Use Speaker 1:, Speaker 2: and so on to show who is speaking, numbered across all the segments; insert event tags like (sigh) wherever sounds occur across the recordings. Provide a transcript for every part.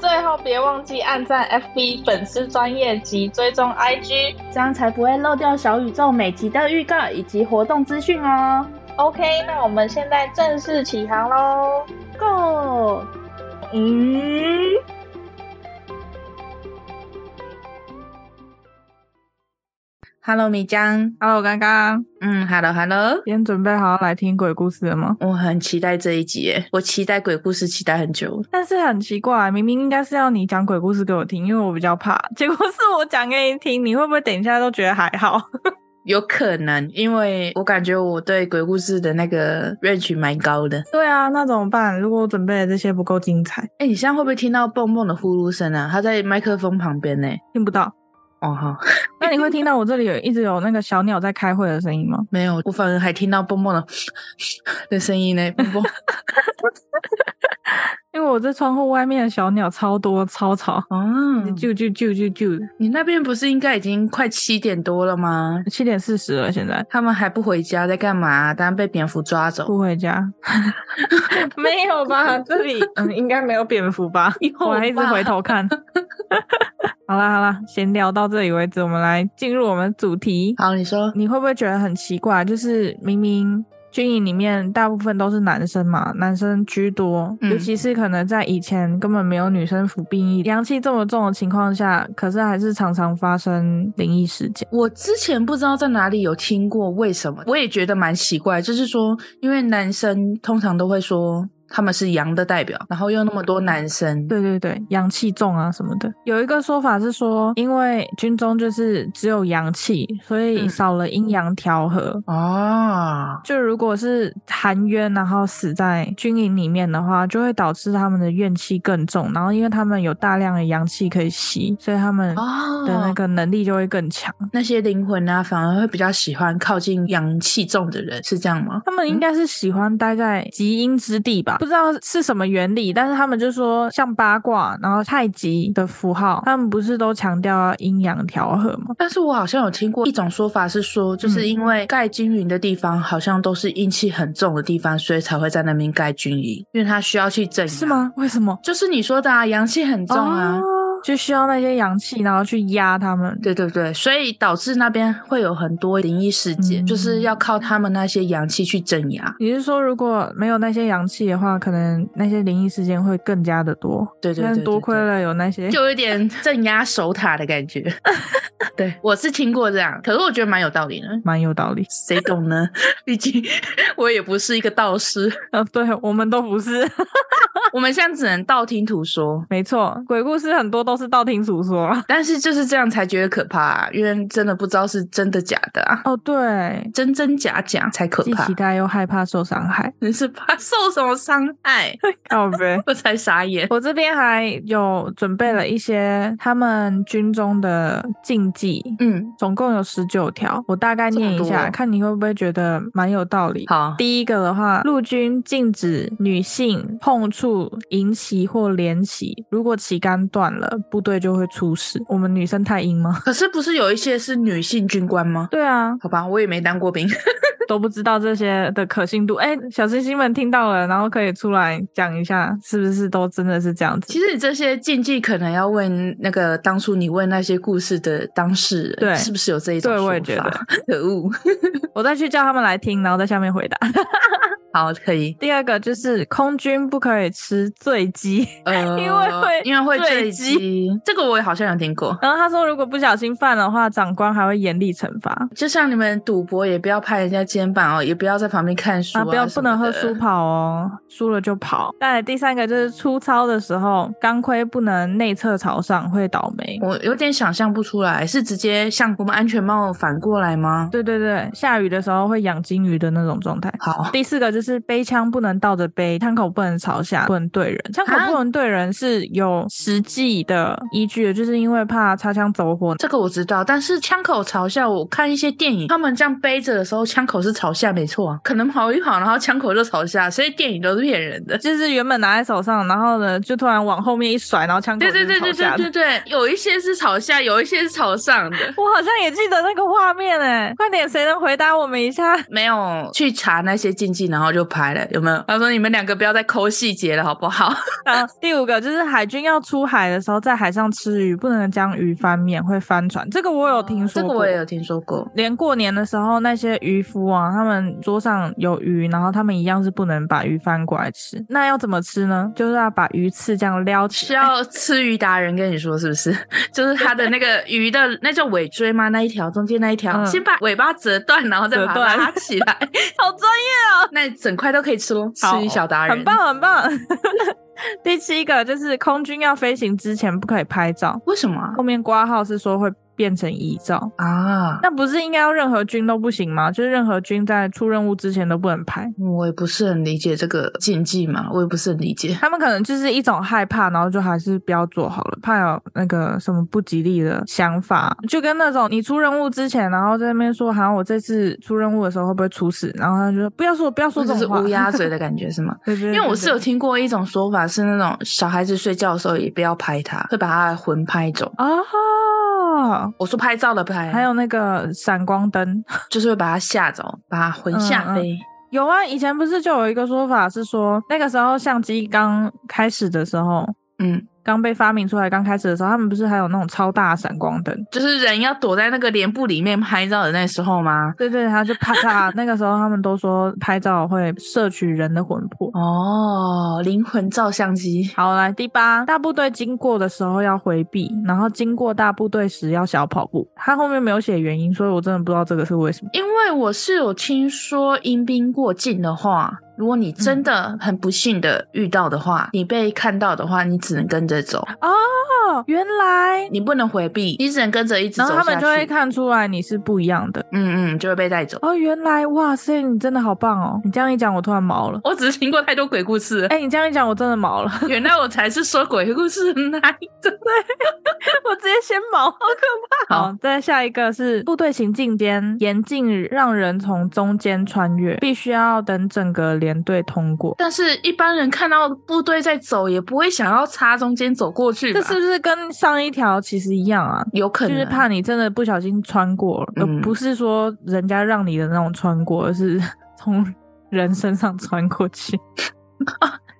Speaker 1: 最后别忘记按赞 FB 粉丝专业及追踪 IG。
Speaker 2: 这样才不会漏掉小宇宙每集的预告以及活动资讯哦。
Speaker 1: OK，那我们现在正式起航喽
Speaker 2: ，Go！
Speaker 1: 嗯，
Speaker 2: Hello，米江，
Speaker 3: Hello，刚刚
Speaker 2: 嗯，Hello Hello，
Speaker 3: 今天准备好来听鬼故事了吗？
Speaker 2: 我很期待这一集耶，我期待鬼故事期待很久了。
Speaker 3: 但是很奇怪，明明应该是要你讲鬼故事给我听，因为我比较怕， (laughs) 结果是我讲给你听，你会不会等一下都觉得还好？
Speaker 2: 有可能，因为我感觉我对鬼故事的那个 range 蛮高的。
Speaker 3: 对啊，那怎么办？如果我准备的这些不够精彩，
Speaker 2: 哎，你现在会不会听到蹦蹦的呼噜声啊？它在麦克风旁边呢。
Speaker 3: 听不到。
Speaker 2: 哦好，
Speaker 3: 那你会听到我这里有一直有那个小鸟在开会的声音吗？
Speaker 2: 没有，我反而还听到蹦蹦的 (laughs) 的声音呢。
Speaker 1: (laughs)
Speaker 2: 蹦蹦，
Speaker 3: 因为我这窗户外面的小鸟超多，超吵，
Speaker 2: 哦，
Speaker 3: 啾啾啾啾啾的。
Speaker 2: 你那边不是应该已经快七点多了吗？
Speaker 3: 七点四十了，现在
Speaker 2: 他们还不回家，在干嘛、当然被蝙蝠抓走。
Speaker 3: 不回家， (laughs) 没有吧？这里嗯，应该没有蝙蝠吧？
Speaker 2: 有
Speaker 3: 我还一直
Speaker 2: 吧
Speaker 3: 回头看。 (laughs) 好啦好啦，闲聊到这里为止，我们来进入我们主题。
Speaker 2: 好，你说，
Speaker 3: 你会不会觉得很奇怪？就是明明军营里面大部分都是男生嘛，男生居多，
Speaker 2: 嗯
Speaker 3: 尤其是可能在以前根本没有女生服兵役、阳气这么重的情况下，可是还是常常发生灵异事件。
Speaker 2: 我之前不知道在哪里有听过，为什么？我也觉得蛮奇怪，就是说，因为男生通常都会说他们是阳的代表，然后又那么多男生，
Speaker 3: 对对对，阳气重啊什么的。有一个说法是说，因为军中就是只有阳气，所以
Speaker 2: 嗯
Speaker 3: 少了阴阳调和。
Speaker 2: 哦，
Speaker 3: 就如果是含冤，然后死在军营里面的话，就会导致他们的怨气更重。然后，因为他们有大量的阳气可以吸，所以他们的
Speaker 2: 哦
Speaker 3: 那个能力就会更强。
Speaker 2: 那些灵魂啊，反而会比较喜欢靠近阳气重的人，是这样吗？
Speaker 3: 他们应该是喜欢待在极阴之地吧？不知道是什么原理，但是他们就说像八卦，然后太极的符号，他们不是都强调要阴阳调和吗？
Speaker 2: 但是我好像有听过一种说法是说，
Speaker 3: 嗯
Speaker 2: 就是因为盖军营的地方好像都是阴气很重的地方，所以才会在那边盖军营，因为它需要去镇
Speaker 3: 是
Speaker 2: 阳？
Speaker 3: 吗？为什么？
Speaker 2: 就是你说的啊，阳气很重啊。
Speaker 3: 哦就需要那些阳气，然后去压他们。
Speaker 2: 对对对，所以导致那边会有很多灵异事件，
Speaker 3: 嗯
Speaker 2: 就是要靠他们那些阳气去镇压。
Speaker 3: 你是说，如果没有那些阳气的话，可能那些灵异事件会更加的多？
Speaker 2: 对对对
Speaker 3: 但
Speaker 2: 对
Speaker 3: 多亏
Speaker 2: 对
Speaker 3: 了有那些，
Speaker 2: 就有一点镇压守塔的感觉， (laughs) 对我是听过这样，可是我觉得蛮有道理的。
Speaker 3: (laughs) 蛮有道理。
Speaker 2: 谁懂呢？ (laughs) 毕竟我也不是一个道士，
Speaker 3: 呃，对我们都不是， (laughs)
Speaker 2: 我们现在只能道听途说。
Speaker 3: 没错，鬼故事很多都是道听途说啊啦。
Speaker 2: 但是就是这样才觉得可怕、啊，因为真的不知道是真的假的啊，
Speaker 3: 哦，对，
Speaker 2: 真真假假才可
Speaker 3: 既
Speaker 2: 怕
Speaker 3: 期。待又害怕受伤 (laughs) 害。
Speaker 2: 你 (laughs) 是怕受什么伤害？ (laughs)
Speaker 3: 好呗，
Speaker 2: 我才傻眼。
Speaker 3: 我这边还有准备了一些他们军中的禁忌，
Speaker 2: 嗯，
Speaker 3: 总共有十九条，我大概
Speaker 2: 这么
Speaker 3: 念一
Speaker 2: 多
Speaker 3: 下，看你会不会觉得蛮有道理。
Speaker 2: 好，
Speaker 3: 第一个的话，陆军禁止女性碰触银旗或连旗，如果旗杆断了，部队就会出事。我们女生太阴吗？
Speaker 2: 可是不是有一些是女性军官吗？
Speaker 3: (laughs) 对啊，
Speaker 2: 好吧，我也没当过兵。 (laughs)
Speaker 3: 都不知道这些的可信度。哎，小星星们听到了，然后可以出来讲一下，是不是都真的是这样子？
Speaker 2: 其实你这些禁忌可能要问那个当初你问那些故事的当事人，
Speaker 3: 对
Speaker 2: 是不是有这一种
Speaker 3: 对
Speaker 2: 说法？
Speaker 3: 我也觉得
Speaker 2: (laughs) 可恶。
Speaker 3: 我再去叫他们来听，然后在下面回答。 (laughs)
Speaker 2: 好，可以。
Speaker 3: 第二个就是空军不可以吃醉鸡，
Speaker 2: 呃，
Speaker 3: 因为会
Speaker 2: 因为会
Speaker 3: 坠
Speaker 2: 坠
Speaker 3: 机
Speaker 2: 机，这个我也好像有听过。
Speaker 3: 然后他说如果不小心犯的话，长官还会严厉惩罚。
Speaker 2: 就像你们赌博，也不要拍人家肩膀哦，也不要在旁边看书
Speaker 3: 啊，不要
Speaker 2: 什
Speaker 3: 不
Speaker 2: 么
Speaker 3: 能喝
Speaker 2: 的
Speaker 3: 输跑哦，输了就跑。再来第三个就是出操的时候，钢盔不能内侧朝上，会倒霉。
Speaker 2: 我有点想象不出来，是直接像我们安全帽反过来吗？
Speaker 3: 对对对，下雨的时候会养金鱼的那种状态。
Speaker 2: 好，
Speaker 3: 第四个就是背枪不能倒着背，枪口不能朝下，不能对人。枪口
Speaker 2: 啊
Speaker 3: 不能对人是有实际的依据的，就是因为怕擦枪走火。
Speaker 2: 这个我知道，但是枪口朝下，我看一些电影，他们这样背着的时候，枪口是朝下，没错啊，可能跑一跑，然后枪口就朝下，所以电影都是骗人的。
Speaker 3: 就是原本拿在手上，然后呢，就突然往后面一甩，然后枪口
Speaker 2: 对
Speaker 3: 就
Speaker 2: 对对
Speaker 3: 是朝
Speaker 2: 对
Speaker 3: 下
Speaker 2: 对
Speaker 3: 的
Speaker 2: 对对，有一些是朝下，有一些是朝上的。
Speaker 3: 我好像也记得那个画面哎、快点，谁能回答我们一下？
Speaker 2: 没有去查那些禁忌，然后就拍了，有没有？他说你们两个不要再抠细节了，好不
Speaker 3: (laughs)
Speaker 2: 好？
Speaker 3: 然后第五个就是海军要出海的时候，在海上吃鱼，不能将鱼翻面，会翻船。这个我有听
Speaker 2: 哦这
Speaker 3: 说过，
Speaker 2: 个我也有听说过。
Speaker 3: 连过年的时候，那些渔夫啊，他们桌上有鱼，然后他们一样是不能把鱼翻过来吃。那要怎么吃呢？就是要把鱼刺这样撩起
Speaker 2: 需
Speaker 3: 来。
Speaker 2: 要
Speaker 3: (laughs)
Speaker 2: 吃鱼达人跟你说是不是？ (laughs) 就是它的那个鱼的那叫尾椎吗？那一条中间那一条，
Speaker 3: 嗯
Speaker 2: 先把尾巴折断，然后再把
Speaker 3: 折
Speaker 2: 它
Speaker 3: 断
Speaker 2: 拉起来，
Speaker 3: (laughs) 好专业，哦
Speaker 2: (laughs) 那整块都可以吃喽。吃
Speaker 3: 好
Speaker 2: 鱼小达人，
Speaker 3: 很。棒，很棒。 (laughs) 第七个就是空军要飞行之前不可以拍照，
Speaker 2: 为什么啊
Speaker 3: 后面挂号是说会变成遗照。
Speaker 2: 啊？
Speaker 3: 那不是应该要任何军都不行吗？就是任何军在出任务之前都不能拍。
Speaker 2: 我也不是很理解这个禁忌嘛，我也不是很理解。
Speaker 3: 他们可能就是一种害怕，然后就还是不要做好了，怕有那个什么不吉利的想法，就跟那种你出任务之前，然后在那边说，好像我这次出任务的时候会不会出事，然后他就说不要说不要说
Speaker 2: 这
Speaker 3: 这
Speaker 2: 是
Speaker 3: 种话，
Speaker 2: 乌鸦嘴的感觉是吗？
Speaker 3: 对， (laughs) 对对
Speaker 2: 因为我是有
Speaker 3: 对
Speaker 2: 听过一种说法，是那种小孩子睡觉的时候也不要拍他，会把他的魂拍走。
Speaker 3: 哦，
Speaker 2: 我说拍照的拍，
Speaker 3: 还有那个闪光灯，
Speaker 2: 就是会把他吓走，把他魂吓飞。
Speaker 3: 有啊，以前不是就有一个说法是说，那个时候相机刚开始的时候，
Speaker 2: 嗯，
Speaker 3: 刚被发明出来刚开始的时候，他们不是还有那种超大的闪光灯？
Speaker 2: 就是人要躲在那个帘布里面拍照的那时候吗？
Speaker 3: 对对，他就啪嚓。那个时候他们都说拍照会摄取人的魂魄。
Speaker 2: 哦，灵魂照相机。
Speaker 3: 好，来第八，大部队经过的时候要回避，然后经过大部队时要小跑步。他后面没有写原因，所以我真的不知道这个是为什么。
Speaker 2: 因为我是有听说，迎宾过境的话，如果你真的很不幸的遇到的话，你被看到的话，你只能跟着走，
Speaker 3: 哦，原来，
Speaker 2: 你不能回避，你只能跟着一直
Speaker 3: 然
Speaker 2: 走
Speaker 3: 后
Speaker 2: 下去。
Speaker 3: 他们就会，看出来你是不一样的。
Speaker 2: 嗯嗯，就会被带走。
Speaker 3: 哦，原来，哇塞，你真的好棒哦！你这样一讲，我突然毛了。
Speaker 2: 我只是听过太多鬼故事了，
Speaker 3: 哎、你这样一讲，我真的毛了，
Speaker 2: (laughs) 原来我才是说鬼故事的那一个。
Speaker 3: (laughs) 我直接先毛，好可怕。
Speaker 2: 好
Speaker 3: 好，再下一个是部队行进间严禁让人从中间穿越，必须要等整个连队通过。
Speaker 2: 但是，一般人看到部队在走，也不会想要插中间走过去吧
Speaker 3: 这是不是跟上一条其实一样啊？
Speaker 2: 有可
Speaker 3: 就
Speaker 2: 能，
Speaker 3: 是怕你真的不小心穿过了，
Speaker 2: 嗯
Speaker 3: 而不是说人家让你的那种穿过，而是 (laughs) 从人身上穿过 (laughs) 去。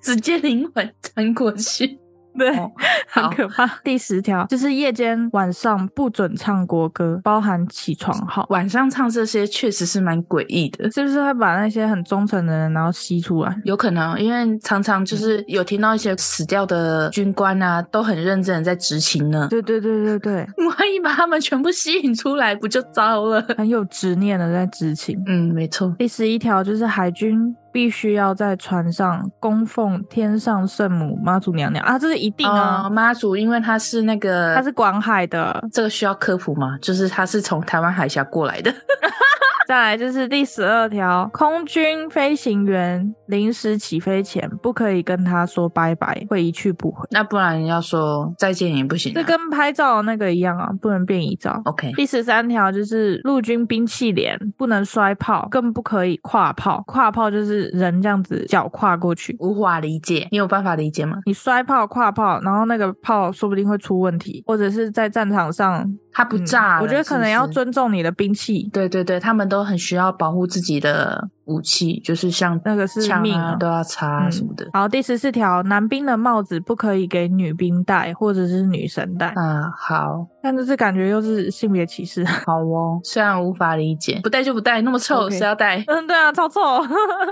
Speaker 2: 直接灵魂穿过去。
Speaker 3: 对，
Speaker 2: 哦
Speaker 3: 很
Speaker 2: 好
Speaker 3: 可怕。第十条就是夜间晚上不准唱国歌，包含起床号。
Speaker 2: 晚上唱这些确实是蛮诡异的，
Speaker 3: 是不是会把那些很忠诚的人然后吸出来？
Speaker 2: 有可能因为常常就是有听到一些死掉的军官啊，都很认真的在执勤呢。
Speaker 3: 对对对对对，
Speaker 2: 万一把他们全部吸引出来，不就糟了？
Speaker 3: 很有执念的在执勤。
Speaker 2: 嗯，没错。
Speaker 3: 第十一条就是海军必须要在船上供奉天上圣母妈祖娘娘啊，这是一定
Speaker 2: 呃
Speaker 3: 啊，
Speaker 2: 妈祖，因为他是那个，
Speaker 3: 她是广海的。
Speaker 2: 这个需要科普吗？就是他是从台湾海峡过来的。 (laughs)
Speaker 3: 再来就是第十二条，空军飞行员临时起飞前不可以跟他说拜拜，会一去不回。
Speaker 2: 那不然要说再见也不行、啊。
Speaker 3: 这跟拍照的那个一样啊，不能变遗照。
Speaker 2: OK，
Speaker 3: 第十三条就是陆军兵器连不能摔炮，更不可以跨炮。跨炮就是人这样子脚跨过去，
Speaker 2: 无法理解，你有办法理解吗？
Speaker 3: 你摔炮跨炮，然后那个炮说不定会出问题，或者是在战场上
Speaker 2: 他不
Speaker 3: 嗯
Speaker 2: 炸了、
Speaker 3: 我觉得可能要
Speaker 2: 是不是
Speaker 3: 尊重你的兵器，
Speaker 2: 对对对，他们都很需要保护自己的武器，就是像
Speaker 3: 那个是
Speaker 2: 枪
Speaker 3: 命
Speaker 2: 啊
Speaker 3: 啊
Speaker 2: 都要擦啊
Speaker 3: 嗯
Speaker 2: 什么的、
Speaker 3: 好，第十四条，男兵的帽子不可以给女兵戴，或者是女生戴。
Speaker 2: 啊。好
Speaker 3: 但就是感觉又是性别歧视。啊
Speaker 2: 好哦，虽然无法理解，不戴就不戴，那么臭
Speaker 3: OK
Speaker 2: 谁要戴
Speaker 3: 嗯， (laughs) 对啊，超
Speaker 2: (laughs)
Speaker 3: 臭。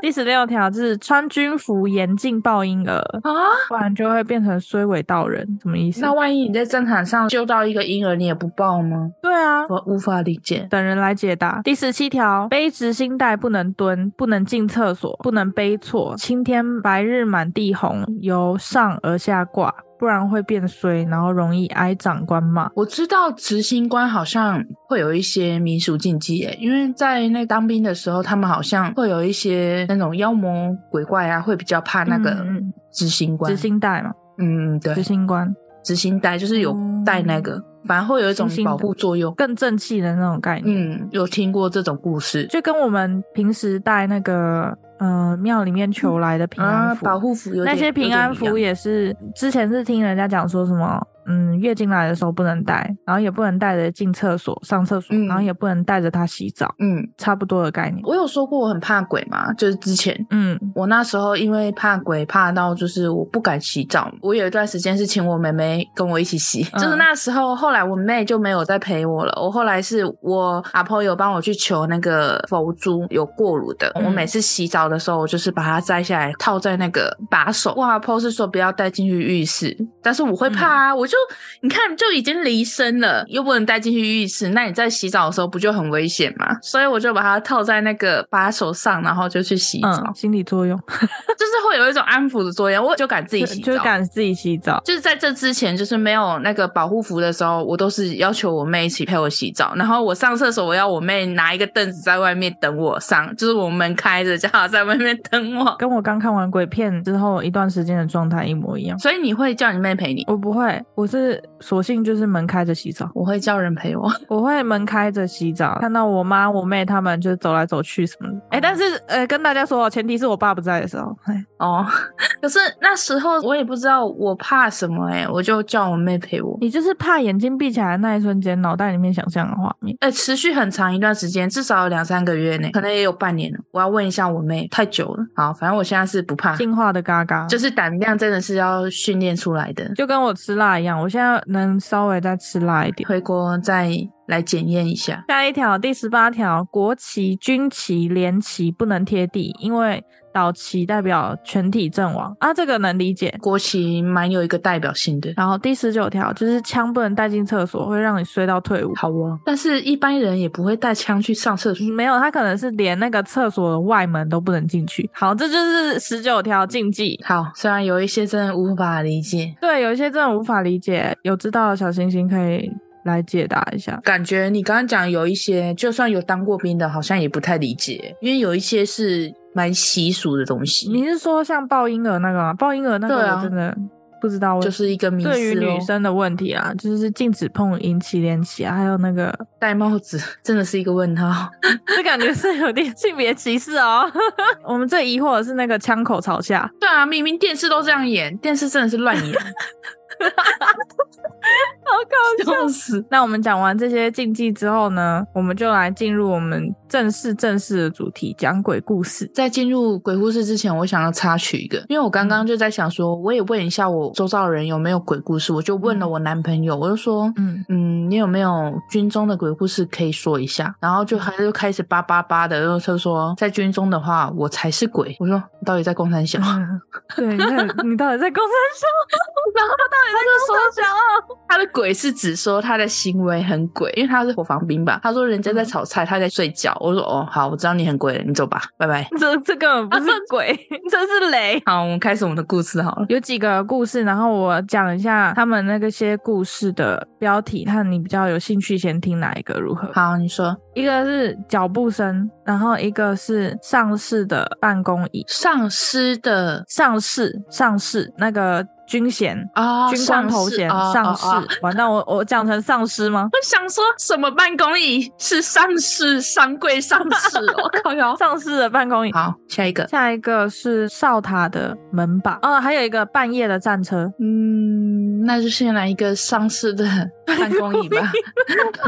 Speaker 3: 第十六条就是穿军服严禁抱婴儿，
Speaker 2: 啊？
Speaker 3: 不然就会变成衰尾道人，什么意思？
Speaker 2: 那万一你在战场上救到一个婴儿，你也不抱吗？
Speaker 3: 对啊，
Speaker 2: 我无法理解。
Speaker 3: 等人来解答。第十七条，背执行带不能蹲，不能进厕所，不能背错。青天白日满地红，由上而下挂，不然会变衰，然后容易挨长官骂。
Speaker 2: 我知道执行官好像会有一些民俗禁忌耶，因为在那当兵的时候，他们好像会有一些那种妖魔鬼怪啊，会比较怕那个
Speaker 3: 嗯嗯
Speaker 2: 执行官。
Speaker 3: 执行带嘛，
Speaker 2: 嗯，嗯对
Speaker 3: 执，行官
Speaker 2: 执行带就是有带那个，反正会有一种
Speaker 3: 星哦星的
Speaker 2: 保护作用。
Speaker 3: 更正气的那种概念，
Speaker 2: 嗯，有听过这种故事
Speaker 3: 就跟我们平时带那个呃庙里面求来的平安
Speaker 2: 啊，
Speaker 3: 符，
Speaker 2: 保护服有
Speaker 3: 那
Speaker 2: 点
Speaker 3: 些平安符。也是之前是听人家讲说什么，嗯，月经来的时候不能带，然后也不能带着进厕所、上厕所，
Speaker 2: 嗯
Speaker 3: 然后也不能带着它洗澡，
Speaker 2: 有点一样嗯，
Speaker 3: 差不多的概念。
Speaker 2: 我有说过我很怕鬼嘛，就是之前。
Speaker 3: 嗯，
Speaker 2: 我那时候因为怕鬼，怕到就是我不敢洗澡。我有一段时间是请我妹妹跟我一起洗，
Speaker 3: 嗯
Speaker 2: 就是那时候后来我妹就没有再陪我了。我后来是我阿婆有帮我去求那个佛珠，有过炉的。
Speaker 3: 嗯
Speaker 2: 我每次洗澡的时候，我就是把它摘下来套在那个把手。我阿婆是说不要带进去浴室，但是我会怕
Speaker 3: 嗯
Speaker 2: 啊，我就你看就已经离身了，又不能带进去浴室，那你在洗澡的时候不就很危险吗？所以我就把它套在那个把手上，然后就去洗澡。
Speaker 3: 嗯，心理作用，
Speaker 2: 就是会有一种安抚的作用，我就敢自
Speaker 3: (laughs)
Speaker 2: 己洗
Speaker 3: 就
Speaker 2: 澡。
Speaker 3: 就敢自己洗澡。
Speaker 2: 就是在这之前，就是没有那个保护服的时候，我都是要求我妹一起陪我洗澡。然后我上厕所，我要我妹拿一个凳子在外面等我上，就是我门开着，叫她在外面等我。
Speaker 3: 跟我刚看完鬼片之后一段时间的状态一模一样。
Speaker 2: 所以你会叫你妹陪你，
Speaker 3: 我不会，我是索性就是门开着洗澡，
Speaker 2: 我会叫人陪我。
Speaker 3: 我会门开着洗澡，看到我妈、我妹她们就走来走去什么的。哎、但是呃，跟大家说哦，前提是我爸不在的时候。 (laughs) 哎，
Speaker 2: 哦， (laughs) 可是那时候我也不知道我怕什么诶、我就叫我妹陪我。
Speaker 3: 你就是怕眼睛闭起来的那一瞬间，脑袋里面想象的画面。
Speaker 2: 呃，持续很长一段时间，至少有两三个月呢，可能也有半年了。我要问一下我妹，太久了。好，反正我现在是不怕。
Speaker 3: 进化的嘎嘎，
Speaker 2: 就
Speaker 3: 就是
Speaker 2: 胆量真的是要训练出来的。
Speaker 3: 就跟我吃辣一样，我现在能稍微再吃辣一点。
Speaker 2: 回国再来检验一下。
Speaker 3: 下一条，第十八条，国旗、军旗、联旗不能贴地，因为倒旗代表全体阵亡啊，这个能理解。
Speaker 2: 国旗蛮有一个代表性的，
Speaker 3: 然后第十九条就是枪不能带进厕所，会让你衰到退伍。
Speaker 2: 好哦。但是一般人也不会带枪去上厕所。
Speaker 3: 没有，他可能是连那个厕所的外门都不能进去。好，这就是十九条禁忌。
Speaker 2: 好，虽然有一些真的无法理解，
Speaker 3: 对，有一些真的无法理解，有知道的小星星可以来解答一下。
Speaker 2: 感觉你刚刚讲有一些，就算有当过兵的，好像也不太理解，因为有一些是蛮习俗的东西，
Speaker 3: 你是说像抱婴儿那个吗？抱婴儿那个
Speaker 2: 对啊
Speaker 3: 我真的不知道为什
Speaker 2: 就
Speaker 3: 么，
Speaker 2: 是一个迷
Speaker 3: 对于
Speaker 2: 思咯
Speaker 3: 女生的问题啊，就是禁止碰引起连起啊，还有那个，
Speaker 2: 戴帽子真的是一个问号。 (laughs)
Speaker 3: 这感觉是有点性别歧视哦。 (laughs) 我们最疑惑的是那个枪口朝下，
Speaker 2: 对啊，明明电视都这样演，电视真的是乱
Speaker 3: (laughs)
Speaker 2: 演，
Speaker 3: 好搞笑。
Speaker 2: 笑死。
Speaker 3: 那我们讲完这些禁忌之后呢，我们就来进入我们正式正式的主题，讲鬼故事。
Speaker 2: 在进入鬼故事之前，我想要插曲一个，因为我刚刚就在想说，我也问一下我周遭的人有没有鬼故事，我就问了我男朋友，我就说，
Speaker 3: 嗯，
Speaker 2: 嗯，你有没有军中的鬼故事可以说一下？然后就他就开始叭叭叭的，然后他说，在军中的话，我才是鬼。我说，你到底在公山小？
Speaker 3: 嗯 (laughs) 对，那你到底在公山
Speaker 2: (laughs) 然后他
Speaker 3: 小？小
Speaker 2: (laughs) 他的鬼是指说他的行为很鬼，因为他是火防兵吧？他说人家在炒菜，他在睡觉。我说，哦，好，我知道你很鬼了，你走吧，拜拜。
Speaker 3: 这这根本不是鬼，
Speaker 2: (laughs)
Speaker 3: 这是雷。
Speaker 2: 好，我们开始我们的故事好了。
Speaker 3: 有几个故事，然后我讲一下他们那个些故事的标题，看你比较有兴趣，先听哪一个如何？
Speaker 2: 好，你说
Speaker 3: 一个是脚步声，然后一个是上士的办公椅，
Speaker 2: 丧尸的
Speaker 3: 上士上士那个军衔。
Speaker 2: 啊，
Speaker 3: 军官头衔上士
Speaker 2: 士。哦哦哦，
Speaker 3: 完蛋，我我讲成丧尸吗？
Speaker 2: 我想说什么办公椅是上市商柜上
Speaker 3: (laughs)
Speaker 2: 市哦，靠腰。
Speaker 3: 丧尸的办公椅。
Speaker 2: 好，下一个，
Speaker 3: 下一个是哨塔的门把，哦，还有一个半夜的战车，
Speaker 2: 嗯，那就先来一个上市的办公椅吧。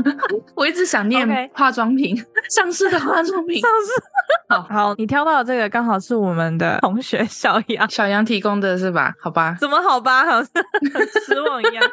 Speaker 2: (laughs) 我一直想念
Speaker 3: OK
Speaker 2: 化妆品，上市的化妆品
Speaker 3: 丧。尸。
Speaker 2: 好
Speaker 3: 好，你挑到的这个刚好是我们的同学小
Speaker 2: (laughs)
Speaker 3: 杨，(laughs)
Speaker 2: 小杨提供的是吧？好吧，
Speaker 3: 怎么 (laughs) 好吧，好像很失望一样。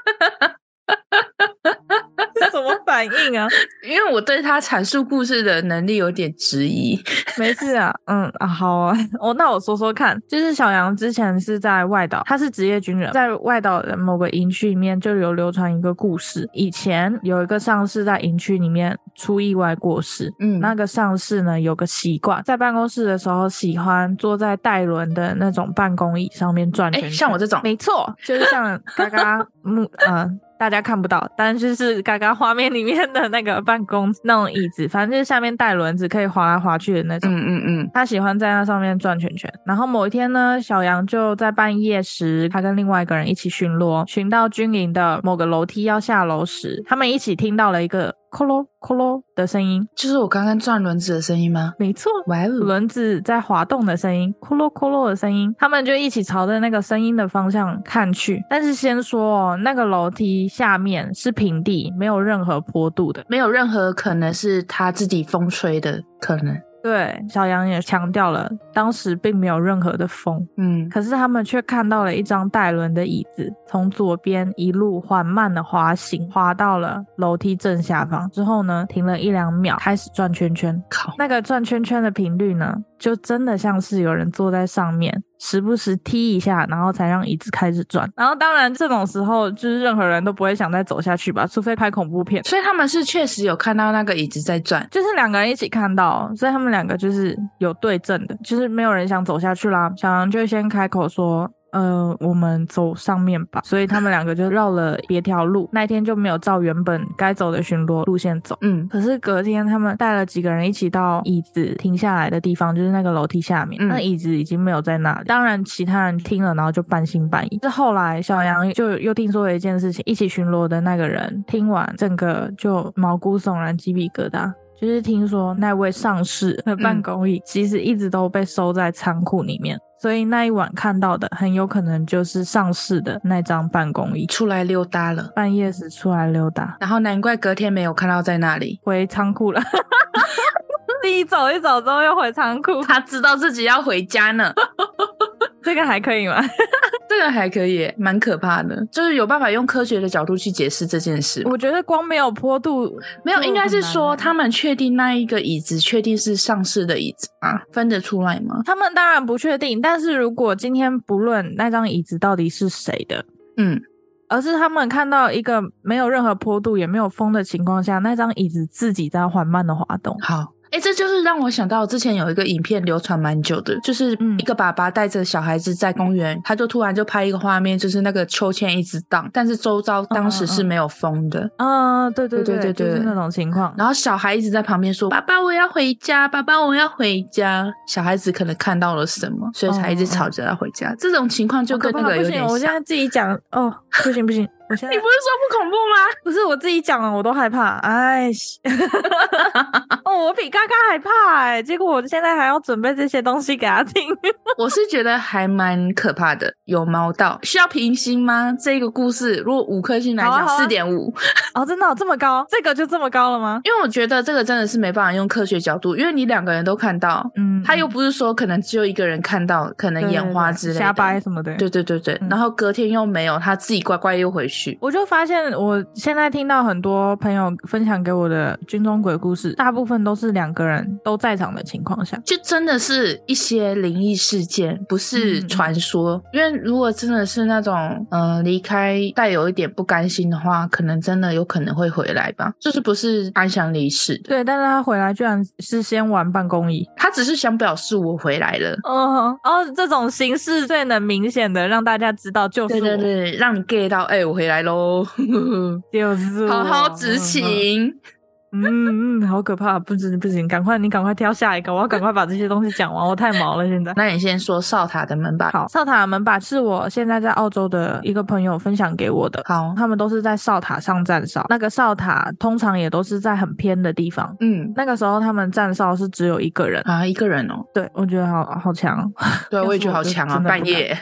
Speaker 3: 什么反反应啊？
Speaker 2: 因为我对他阐述故事的能力有点质疑。
Speaker 3: 没事啊，嗯啊，好啊， (laughs) 哦，那我说说看，就是小杨之前是在外岛，他是职业军人，在外岛的某个营区里面就有流传一个故事，以前有一个上士在营区里面出意外过世，
Speaker 2: 嗯
Speaker 3: 那个上士呢有个习惯，在办公室的时候喜欢坐在带轮的那种办公椅上面转圈
Speaker 2: 哎，
Speaker 3: 圈，
Speaker 2: 像我这种，
Speaker 3: 没错，就是像嘎嘎木呃。大家看不到，但是就是嘎嘎画面里面的那个办公那种椅子，反正就是下面带轮子，可以滑来滑去的那种。
Speaker 2: 嗯嗯嗯，
Speaker 3: 他喜欢在那上面转圈圈。然后某一天呢，小杨就在半夜时，他跟另外一个人一起巡逻，巡到军营的某个楼梯要下楼时，他们一起听到了一个“咯咯咯咯”的声音。
Speaker 2: 就是我刚刚转轮子的声音吗？
Speaker 3: 没错，
Speaker 2: 哇哦，
Speaker 3: 轮子在滑动的声音，咕噜咕噜的声音，他们就一起朝着那个声音的方向看去。但是先说哦，那个楼梯下面是平地，没有任何坡度的。
Speaker 2: 没有任何可能是他自己风吹的可能。
Speaker 3: 对，小杨也强调了，当时并没有任何的风，
Speaker 2: 嗯，
Speaker 3: 可是他们却看到了一张带轮的椅子，从左边一路缓慢的滑行，滑到了楼梯正下方。之后呢，停了一两秒，开始转圈圈。
Speaker 2: 靠，
Speaker 3: 那个转圈圈的频率呢，就真的像是有人坐在上面，时不时踢一下，然后才让椅子开始转。然后当然这种时候，就是任何人都不会想再走下去吧，除非拍恐怖片。
Speaker 2: 所以他们是确实有看到那个椅子在转。
Speaker 3: 就是两个人一起看到，所以他们两个就是有对症的，就是没有人想走下去啦。小杨就先开口说。呃，我们走上面吧。所以他们两个就绕了别条路，那一天就没有照原本该走的巡逻路线走。
Speaker 2: 嗯
Speaker 3: 可是隔天，他们带了几个人一起到椅子停下来的地方，就是那个楼梯下面。
Speaker 2: 嗯
Speaker 3: 那椅子已经没有在那里。当然，其他人听了，然后就半信半疑。是后来，小杨就又听说了一件事情，一起巡逻的那个人听完，整个就毛骨悚然，鸡皮疙瘩。就是听说那位上士的办公椅其实一直都被收在仓库里面，所以那一晚看到的很有可能就是上士的那张办公椅，
Speaker 2: 出来溜达了，
Speaker 3: 半夜时出来溜达。
Speaker 2: 然后难怪隔天没有看到在那里。
Speaker 3: 回仓库了。 (laughs) 自己走一走之后又回仓库，
Speaker 2: 他知道自己要回家呢， (laughs)
Speaker 3: 这个还可以吗？
Speaker 2: 这个还可以耶，蛮可怕的，就是有办法用科学的角度去解释这件事。
Speaker 3: 我觉得光没有坡度，
Speaker 2: 没有，
Speaker 3: 就
Speaker 2: 应该是
Speaker 3: 很难
Speaker 2: 说
Speaker 3: 欸
Speaker 2: 他们确定那一个椅子确定是上市的椅子啊，分得出来吗？
Speaker 3: 他们当然不确定。但是如果今天不论那张椅子到底是谁的，
Speaker 2: 嗯，
Speaker 3: 而是他们看到一个没有任何坡度也没有风的情况下，那张椅子自己在缓慢的滑动。
Speaker 2: 好。哎，这就是让我想到之前有一个影片流传蛮久的，就是
Speaker 3: 嗯
Speaker 2: 一个爸爸带着小孩子在公园，他就突然就拍一个画面，就是那个秋千一直荡，但是周遭当时是
Speaker 3: 嗯嗯
Speaker 2: 没有风的，
Speaker 3: 嗯，对对
Speaker 2: 对对对
Speaker 3: 对
Speaker 2: 哦
Speaker 3: 就是
Speaker 2: 对
Speaker 3: 那种情况。
Speaker 2: 然后小孩一直在旁边说：“爸爸，我要回家，爸爸，我要回家。”小孩子可能看到了什么，所以才一直吵着要回家。这种情况就
Speaker 3: 嗯好可
Speaker 2: 跟
Speaker 3: 怕
Speaker 2: 那个有
Speaker 3: 不行，
Speaker 2: 点
Speaker 3: 我现
Speaker 2: 像。
Speaker 3: 在自己讲哦，不行不行，我现
Speaker 2: (laughs) 你
Speaker 3: 在
Speaker 2: 不是说不恐怖吗？ (laughs)
Speaker 3: 不是我自己讲了，我都害怕。哎， (laughs) 西哦，我比嘎嘎还怕哎、结果我现在还要准备这些东西给他听。 (laughs)
Speaker 2: 我是觉得还蛮可怕的，有毛到需要评星吗？这个故事如果五颗星来
Speaker 3: 好啊
Speaker 2: 讲，
Speaker 3: 好啊
Speaker 2: 四点五，
Speaker 3: 哦，真的、哦、这么高？这个就这么高了吗？
Speaker 2: 因为我觉得这个真的是没办法用科学角度，因为你两个人都看到，
Speaker 3: 嗯
Speaker 2: 他又不是说可能只有一个人看到，可能眼花之类的，
Speaker 3: 瞎掰什么的。
Speaker 2: 对对对对，
Speaker 3: 嗯
Speaker 2: 然后隔天又没有，他自己乖乖又回去。
Speaker 3: 我就发现，我现在听到很多朋友分享给我的军中鬼故事，大部分都是两个人都在场的情况下。
Speaker 2: 就真的是一些灵异事件，不是
Speaker 3: 嗯嗯
Speaker 2: 传说。因为如果真的是那种，呃，离开带有一点不甘心的话，可能真的有可能会回来吧。就是不是安详离世的，
Speaker 3: 对，但是他回来居然是先玩办公椅。
Speaker 2: 他只是想表示我回来了。
Speaker 3: 哦哦，这种形式最能明显的让大家知道，就是
Speaker 2: 对对
Speaker 3: 我
Speaker 2: 对，让你 get 到，哎、我回来喽，
Speaker 3: 就是
Speaker 2: 好好
Speaker 3: 我
Speaker 2: 执。
Speaker 3: 嗯嗯
Speaker 2: 勤。
Speaker 3: 嗯嗯，好可怕！不行不行，赶快你赶快挑下一个，我要赶快把这些东西讲完，我太忙了现 (laughs) 在。
Speaker 2: 那你先说哨塔的门吧。
Speaker 3: 好，哨塔门把是我现在在澳洲的一个朋友分享给我的，
Speaker 2: 好，
Speaker 3: 他们都是在哨塔上站哨，那个哨塔通常也都是在很偏的地方。
Speaker 2: 嗯，
Speaker 3: 那个时候他们站哨是只有一个人，
Speaker 2: 啊，一个人哦，
Speaker 3: 对我觉得好好强哦， (laughs)
Speaker 2: 对啊，
Speaker 3: 要
Speaker 2: 我也
Speaker 3: 是
Speaker 2: 觉得好
Speaker 3: 我就
Speaker 2: 强啊，
Speaker 3: 真的
Speaker 2: 半
Speaker 3: 不敢
Speaker 2: 夜，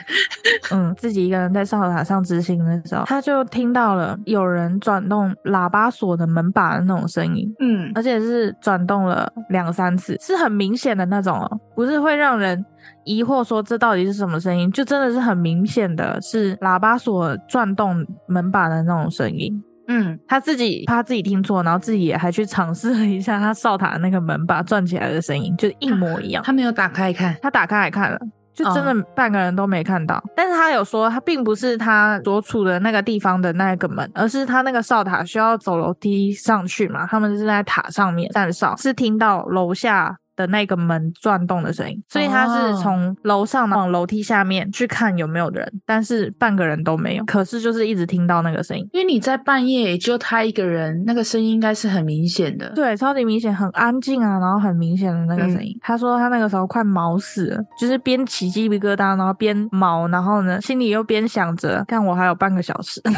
Speaker 3: 嗯，自己一个人在哨塔上执行的时候，他就听到了有人转动喇叭锁的门把的那种声音，
Speaker 2: 嗯
Speaker 3: 而且是转动了两三次，是很明显的那种哦，不是会让人疑惑说这到底是什么声音，就真的是很明显的是喇叭所转动门把的那种声音。
Speaker 2: 嗯，
Speaker 3: 他自己怕自己听错，然后自己也还去尝试了一下他哨塔的那个门把转起来的声音，就一模一样。
Speaker 2: 他没有打开看，
Speaker 3: 他打开来看了。就真的半个人都没看到，但是他有说他并不是他所处的那个地方的那个门，而是他那个哨塔需要走楼梯上去嘛，他们是在塔上面站哨，是听到楼下的那个门转动的声音，所以他是从楼上往楼梯下面去看有没有人，但是半个人都没有，可是就是一直听到那个声音，
Speaker 2: 因为你在半夜也就他一个人，那个声音应该是很明显的。
Speaker 3: 对，超级明显，很安静啊，然后很明显的那个声音。他说他那个时候快毛死了，就是边起鸡皮疙瘩，然后边毛，然后呢，心里又边想着，看我还有半个小时， (laughs) 我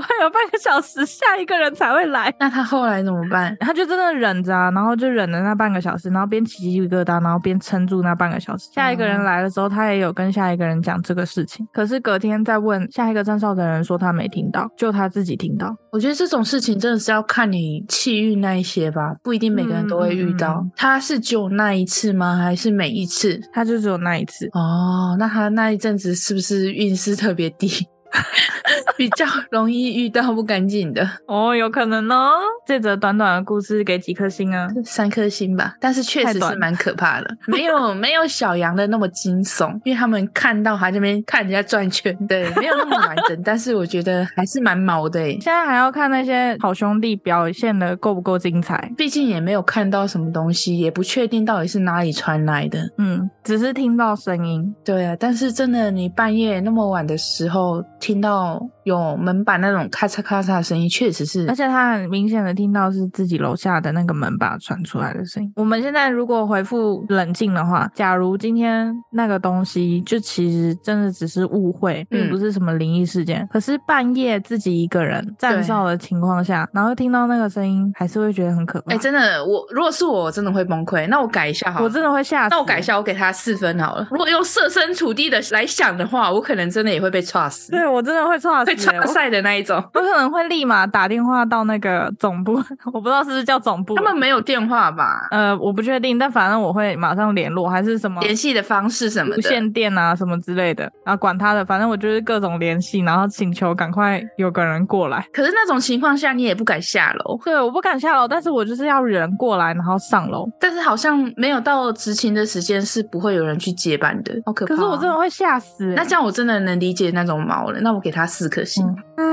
Speaker 3: 还有半个小时，下一个人才会来。
Speaker 2: 那他后来怎么办？
Speaker 3: 他就真的忍着啊，然后就忍了那半个小时，然后边起鸡皮疙瘩，然后边撑住那半个小时。下一个人来的时候，他也有跟下一个人讲这个事情，可是隔天再问下一个站哨的人说他没听到，就他自己听到。
Speaker 2: 我觉得这种事情真的是要看你气运那一些吧，不一定每个人都会遇到。
Speaker 3: 嗯嗯嗯
Speaker 2: 他是只有那一次吗？还是每一次？
Speaker 3: 他就只有那一次，
Speaker 2: 哦，那他那一阵子是不是运势特别低， (laughs) 比较容易遇到不干净的？
Speaker 3: 哦，有可能哦。这则短短的故事给几颗星啊？
Speaker 2: 三颗星吧，但是确
Speaker 3: 太
Speaker 2: 实
Speaker 3: 短
Speaker 2: 是
Speaker 3: 了
Speaker 2: 蛮可怕的，没有 (laughs) 没有小羊的那么惊悚，因为他们看到还这边看人家转圈，对，没有那么完整，但是我觉得还是蛮毛的欸诶，
Speaker 3: 现在还要看那些好兄弟表现的够不够精彩。
Speaker 2: 毕竟也没有看到什么东西，也不确定到底是哪里传来的。
Speaker 3: 嗯，只是听到声音，
Speaker 2: 对啊，但是真的，你半夜那么晚的时候听到有门板那种咔嚓咔嚓的声音，确实是
Speaker 3: 而且他很明显的听到是自己楼下的那个门把传出来的声音。我们现在如果回复冷静的话，假如今天那个东西就其实真的只是误会，
Speaker 2: 嗯
Speaker 3: 并不是什么灵异事件，可是半夜自己一个人站哨的情况下，然后听到那个声音，还是会觉得很可怕。
Speaker 2: 哎、真的，我如果是我，我真的会崩溃。那我改一下好了，
Speaker 3: 我真的会吓死。欸
Speaker 2: 那我改一下，我给他四分好了。如果用设身处地的来想的话，我可能真的也会被踹死，
Speaker 3: 对我真的会吓死、
Speaker 2: 会
Speaker 3: 欸，
Speaker 2: 踹
Speaker 3: 我
Speaker 2: 赛的那一种。
Speaker 3: 我可能会立马打电话到那个总部，我不知道是不是叫总部，
Speaker 2: 他们没有电话吧？
Speaker 3: 呃我不确定，但反正我会马上联络，还是什么
Speaker 2: 联系的方式什么
Speaker 3: 无
Speaker 2: 的。
Speaker 3: 线电啊什么之类的，啊管他的，反正我就是各种联系，然后请求赶快有个人过来。
Speaker 2: 可是那种情况下，你也不敢下楼，
Speaker 3: 对，我不敢下楼，但是我就是要人过来，然后上楼。
Speaker 2: 但是好像没有到执勤的时间，是不会有人去接班的，好可怕、
Speaker 3: 可是我真的。会吓死、欸。
Speaker 2: 那这样我真的能理解那种毛了，那我给他四颗星。
Speaker 4: 哎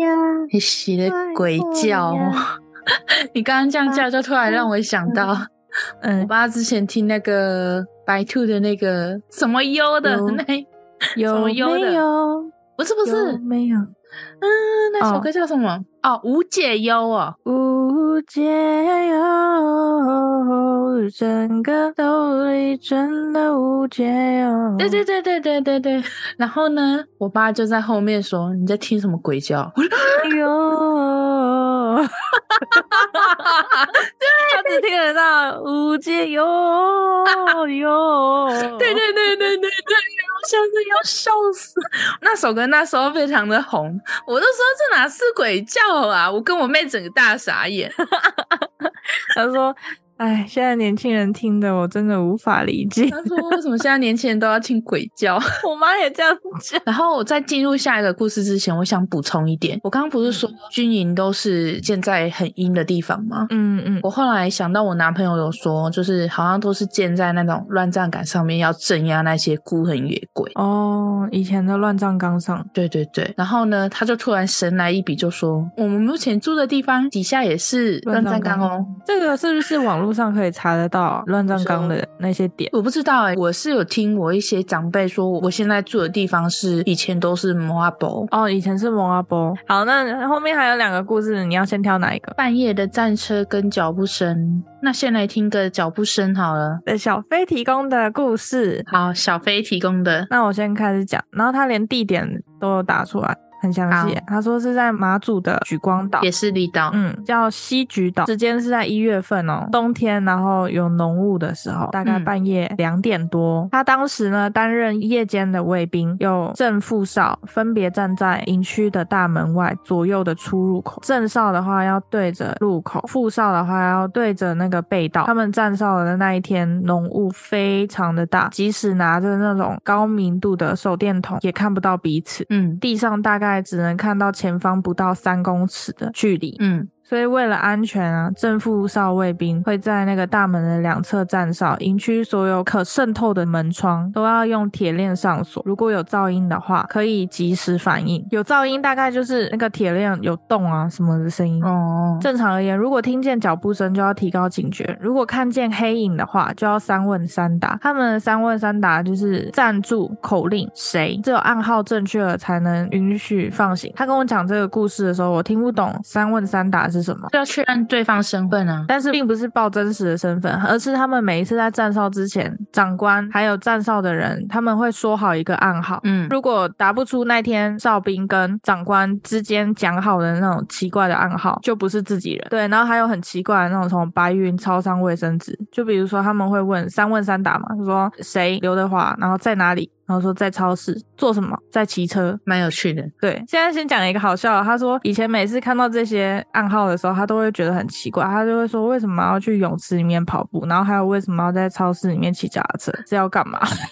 Speaker 4: 呀，
Speaker 2: 你洗的鬼叫哦！ (laughs) 你刚刚这样叫，就突然让我
Speaker 4: 嗯
Speaker 2: 想到，我
Speaker 3: 嗯，
Speaker 2: 爸之前听那个白兔的那个什么优的
Speaker 3: 有
Speaker 2: 那，什
Speaker 3: 有
Speaker 2: 么
Speaker 3: 没
Speaker 2: 优的，
Speaker 3: 有？
Speaker 2: 不是不是，
Speaker 3: 有没有
Speaker 2: 嗯，那首
Speaker 3: 哦
Speaker 2: 歌叫什么？哦，无解忧哦，
Speaker 3: 无解忧，整个兜里真的无解忧。
Speaker 2: 对对对对对对对。然后呢，嗯我爸就在后面说：“你在听什么鬼 (laughs) 叫？”我说
Speaker 3: 对，哟。 (laughs) 他只听得到无解忧哟。
Speaker 2: 对对对对对对，我想着要笑死。 (laughs) 那首歌那时候非常的红，我就说这哪是鬼叫啊！我跟我妹整个大傻眼。
Speaker 3: 他说：“哎，现在年轻人听的我真的无法理
Speaker 2: (laughs)
Speaker 3: 解。
Speaker 2: 她说：“为什么现在年轻人都要听鬼叫？”
Speaker 3: 我妈也这样讲。
Speaker 2: 然后我在进入下一个故事之前，我想补充一点，我刚刚不是说军营都是建在很阴的地方吗？
Speaker 3: 嗯嗯，
Speaker 2: 我后来想到，我男朋友有说，就是好像都是建在那种乱葬岗上面，要镇压那些孤魂野鬼。
Speaker 3: 哦，以前的乱葬岗上，
Speaker 2: 对对对，然后呢，他就突然神来一笔，就说我们目前住的地方底下也是乱葬岗
Speaker 3: 乱
Speaker 2: 哦。
Speaker 3: 这个是不是网络上可以查得到啊乱葬岗的那些点？
Speaker 2: 我不知道哎、我是有听我一些长辈说，我现在住的地方是以前都是摩阿伯。
Speaker 3: 哦，以前是蒙阿波。好，那后面还有两个故事，你要先挑哪一个？
Speaker 2: 半夜的战车跟脚步声，那先来听个脚步声好了。
Speaker 3: 呃，小飞提供的故事。
Speaker 2: 好，小飞提供的，
Speaker 3: 那我先开始讲，然后他连地点都有打出来，很详细
Speaker 2: 好。
Speaker 3: 他说是在马祖的举光岛，
Speaker 2: 也是离岛。
Speaker 3: 嗯，叫西菊岛，时间是在一月份哦，冬天，然后有浓雾的时候，大概
Speaker 2: 嗯
Speaker 3: 半夜两点多。他当时呢担任夜间的卫兵，有正副哨分别站在营区的大门外左右的出入口。正哨的话要对着入口，副哨的话要对着那个被道。他们站哨的那一天，浓雾非常的大，即使拿着那种高明度的手电筒，也看不到彼此。
Speaker 2: 嗯
Speaker 3: 地上大概概只能看到前方不到三公尺的距离。
Speaker 2: 嗯，
Speaker 3: 所以为了安全啊，正副少卫兵会在那个大门的两侧站哨，营区所有可渗透的门窗都要用铁链上锁。如果有噪音的话，可以及时反应。有噪音大概就是那个铁链有动啊什么的声音。
Speaker 2: 哦，
Speaker 3: 正常而言，如果听见脚步声就要提高警觉；如果看见黑影的话，就要三问三答。他们的三问三答就是站住、口令、谁，只有暗号正确了才能允许放行。他跟我讲这个故事的时候，我听不懂三问三答是什么。
Speaker 2: 要确认对方身份啊。
Speaker 3: 但是并不是报真实的身份，而是他们每一次在站哨之前，长官还有站哨的人，他们会说好一个暗号。
Speaker 2: 嗯，
Speaker 3: 如果答不出那天哨兵跟长官之间讲好的那种奇怪的暗号，就不是自己人。对，然后还有很奇怪的那种什么白云超商卫生纸，就比如说他们会问三问三答嘛，就说谁刘德华，然后在哪里，然后说在超市做什么，在骑车。
Speaker 2: 蛮有趣的。
Speaker 3: 对，现在先讲一个好笑的，他说以前每次看到这些暗号的时候，他都会觉得很奇怪，他就会说为什么要去泳池里面跑步，然后还有为什么要在超市里面骑脚踏车，是要干嘛？ (laughs)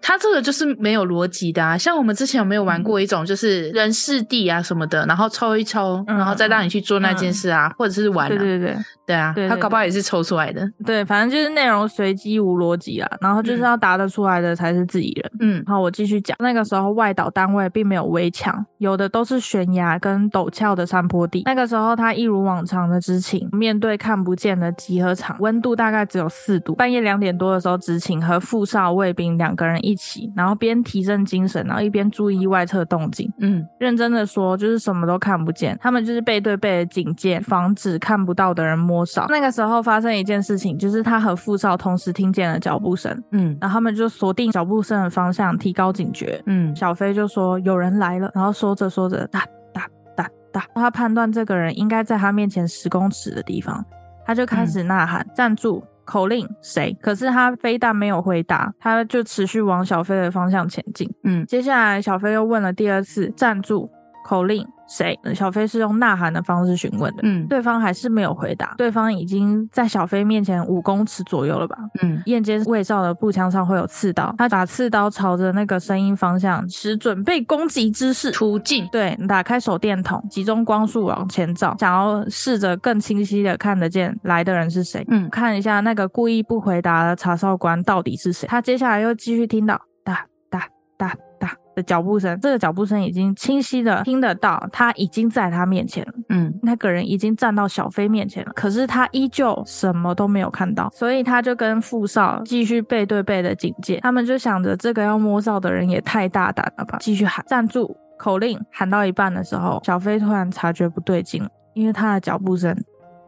Speaker 2: 它这个就是没有逻辑的啊。像我们之前有没有玩过一种，就是人事地啊什么的，然后抽一抽，
Speaker 3: 嗯
Speaker 2: 然后再让你去做那件事啊，或者是玩啊。
Speaker 3: 对对对。
Speaker 2: 对啊
Speaker 3: 对，对
Speaker 2: 它搞不好也是抽出来的。
Speaker 3: 对，反正就是内容随机无逻辑啊，然后就是
Speaker 2: 嗯
Speaker 3: 要答得出来的才是自己人。
Speaker 2: 嗯，
Speaker 3: 然后我继续讲，那个时候外岛单位并没有围墙，有的都是悬崖跟陡峭的山坡地。那个时候他一如往常的执勤，面对看不见的集合场，温度大概只有四度。半夜两点多的时候执勤，和副少卫兵两个人一起，然后边提振精神，然后一边注意外侧动静。
Speaker 2: 嗯，
Speaker 3: 认真的说，就是什么都看不见，他们就是背对背的警戒，防止看不到的人摸哨。那个时候发生一件事情，就是他和副少同时听见了脚步声，
Speaker 2: 嗯，
Speaker 3: 然后他们就锁定脚步声的方向，提高警觉。
Speaker 2: 嗯，
Speaker 3: 小飞就说有人来了，然后说着说着，哒哒哒哒，他判断这个人应该在他面前十公尺的地方，他就开始呐喊：“站住！”口令谁？可是他非但没有回答，他就持续往小飞的方向前进。
Speaker 2: 嗯
Speaker 3: 接下来小飞又问了第二次：“站住！”口令谁？小飞是用呐喊的方式询问的，
Speaker 2: 嗯，
Speaker 3: 对方还是没有回答。对方已经在小飞面前五公尺左右了吧？
Speaker 2: 嗯，
Speaker 3: 燕间卫少的步枪上会有刺刀，他把刺刀朝着那个声音方向，使准备攻击之势。
Speaker 2: 嗯途径。
Speaker 3: 对，打开手电筒，集中光束往前照，想要试着更清晰的看得见来的人是谁。
Speaker 2: 嗯
Speaker 3: 看一下那个故意不回答的查哨官到底是谁。他接下来又继续听到哒哒哒哒的脚步声，这个脚步声已经清晰的听得到，他已经在他面前了。
Speaker 2: 嗯
Speaker 3: 那个人已经站到小飞面前了，可是他依旧什么都没有看到，所以他就跟副少继续背对背的警戒。他们就想着这个要摸哨的人也太大胆了吧，继续喊站住口令。喊到一半的时候，小飞突然察觉不对劲，因为他的脚步声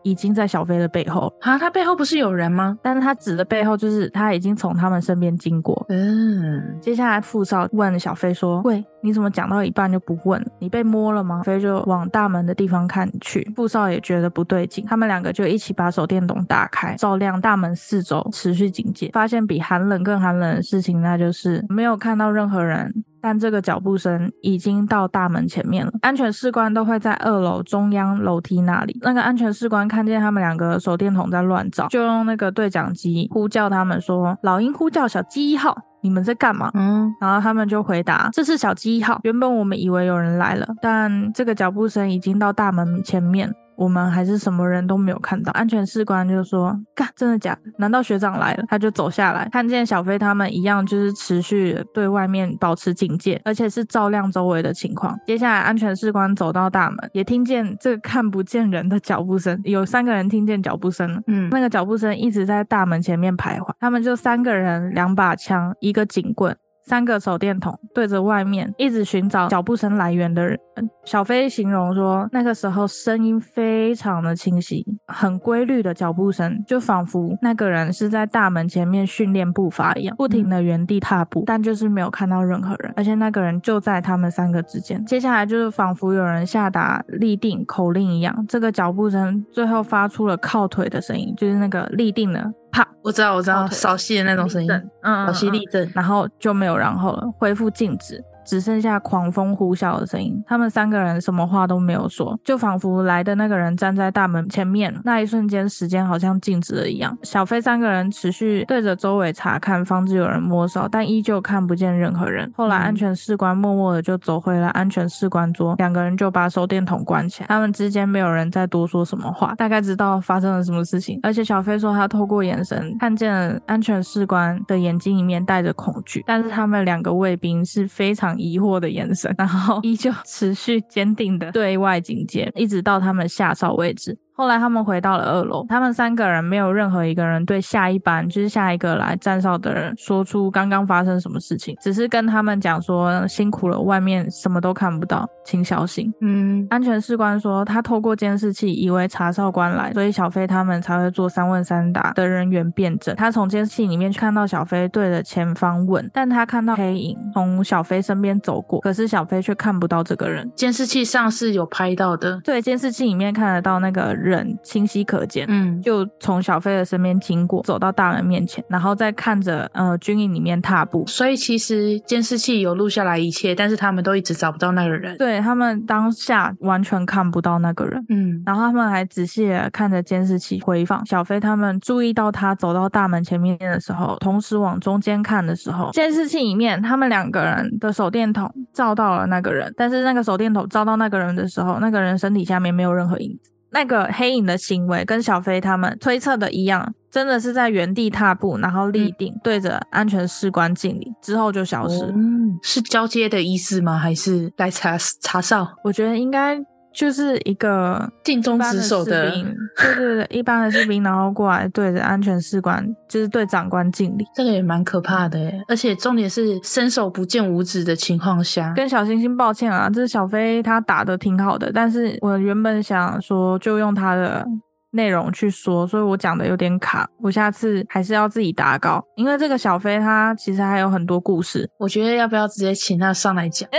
Speaker 3: 已经在小飞的背后，
Speaker 2: 啊，它背后不是有人吗？
Speaker 3: 但是他指的背后就是他已经从他们身边经过。
Speaker 2: 嗯，
Speaker 3: 接下来，副少问小飞说：“喂，你怎么讲到一半就不问了？你被摸了吗？”小飞就往大门的地方看去，副少也觉得不对劲，他们两个就一起把手电筒打开，照亮大门四周，持续警戒。发现比寒冷更寒冷的事情，那就是没有看到任何人。但这个脚步声已经到大门前面了。安全士官都会在二楼中央楼梯那里。那个安全士官看见他们两个手电筒在乱照，就用那个对讲机呼叫他们说：“老鹰呼叫小鸡一号，你们在干嘛？”
Speaker 2: 嗯，
Speaker 3: 然后他们就回答：“这是小鸡一号。”原本我们以为有人来了，但这个脚步声已经到大门前面，我们还是什么人都没有看到。安全士官就说：“干，真的假的？难道学长来了？”他就走下来，看见小飞他们一样，就是持续对外面保持警戒，而且是照亮周围的情况。接下来，安全士官走到大门，也听见这个看不见人的脚步声，有三个人听见脚步声了。
Speaker 2: 嗯，
Speaker 3: 那个脚步声一直在大门前面徘徊。他们就三个人，两把枪，一个警棍，三个手电筒，对着外面一直寻找脚步声来源的人。小飞形容说，那个时候声音非常的清晰，很规律的脚步声，就仿佛那个人是在大门前面训练步伐一样，不停的原地踏步，但就是没有看到任何人，而且那个人就在他们三个之间。接下来就是仿佛有人下达立定口令一样，这个脚步声最后发出了靠腿的声音，就是那个立定的啪
Speaker 2: 我知道，我知
Speaker 3: 哦
Speaker 2: 道，
Speaker 3: 对
Speaker 2: 扫戏的那种声音
Speaker 3: 立，正嗯，
Speaker 2: 扫
Speaker 3: 嗯
Speaker 2: 戏
Speaker 3: 嗯
Speaker 2: 立正。
Speaker 3: 然后就没有然后了，恢复静止。只剩下狂风呼啸的声音。他们三个人什么话都没有说，就仿佛来的那个人站在大门前面。那一瞬间，时间好像静止了一样。小飞三个人持续对着周围查看，防止有人摸手，但依旧看不见任何人。后来，
Speaker 2: 嗯
Speaker 3: 安全士官默默的就走回了安全士官桌，两个人就把手电筒关起来。他们之间没有人再多说什么话，大概知道发生了什么事情。而且小飞说，他透过眼神看见了安全士官的眼睛里面带着恐惧，但是他们两个卫兵是非常疑惑的眼神，然后依旧 (laughs) 持续坚定的对外警戒，一直到他们下哨为止。后来他们回到了二楼，他们三个人没有任何一个人对下一班，就是下一个来站哨的人说出刚刚发生什么事情，只是跟他们讲说辛苦了，外面什么都看不到，请小心。
Speaker 2: 嗯，
Speaker 3: 安全士官说，他透过监视器以为查哨官来，所以小飞他们才会做三问三答的人员辩证。他从监视器里面看到小飞对着前方问，但他看到黑影从小飞身边走过，可是小飞却看不到这个人。
Speaker 2: 监视器上是有拍到的。
Speaker 3: 对，监视器里面看得到那个人清晰可见。
Speaker 2: 嗯，
Speaker 3: 就从小飞的身边经过，走到大人面前，然后再看着呃军营里面踏步。
Speaker 2: 所以其实监视器有录下来一切，但是他们都一直找不到那个人。，
Speaker 3: 对他们当下完全看不到那个人，
Speaker 2: 嗯，
Speaker 3: 然后他们还仔细的看着监视器回放。小飞他们注意到他走到大门前面的时候，同时往中间看的时候，监视器里面他们两个人的手电筒照到了那个人，但是那个手电筒照到那个人的时候，那个人身体下面没有任何影子。那个黑影的行为跟小飞他们推测的一样，真的是在原地踏步，然后立定，对着安全士官敬礼，之后就消失了。
Speaker 2: 嗯，是交接的意思吗？还是来查查哨？
Speaker 3: 我觉得应该就是一个
Speaker 2: 尽忠
Speaker 3: 一般
Speaker 2: 职守的
Speaker 3: 士兵，对对对，一般的士兵，然后过来对着安全士官，就是对长官敬礼。
Speaker 2: 这个也蛮可怕的耶，而且重点是伸手不见五指的情况下，
Speaker 3: 跟小星星抱歉啊，这小飞他打的挺好的，但是我原本想说就用他的内容去说，所以我讲的有点卡，我下次还是要自己打稿，因为这个小飞他其实还有很多故事，
Speaker 2: 我觉得要不要直接请他上来 (laughs) 讲？哎、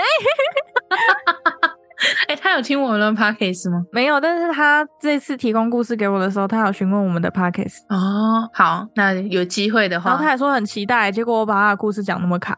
Speaker 2: 他有听我们的 podcast 吗？
Speaker 3: 没有，但是他这次提供故事给我的时候，他有询问我们的 pockets，
Speaker 2: 哦，好，那有机会的
Speaker 3: 然
Speaker 2: 话
Speaker 3: 后他，还说很期待，结果我把他的故事讲那么卡。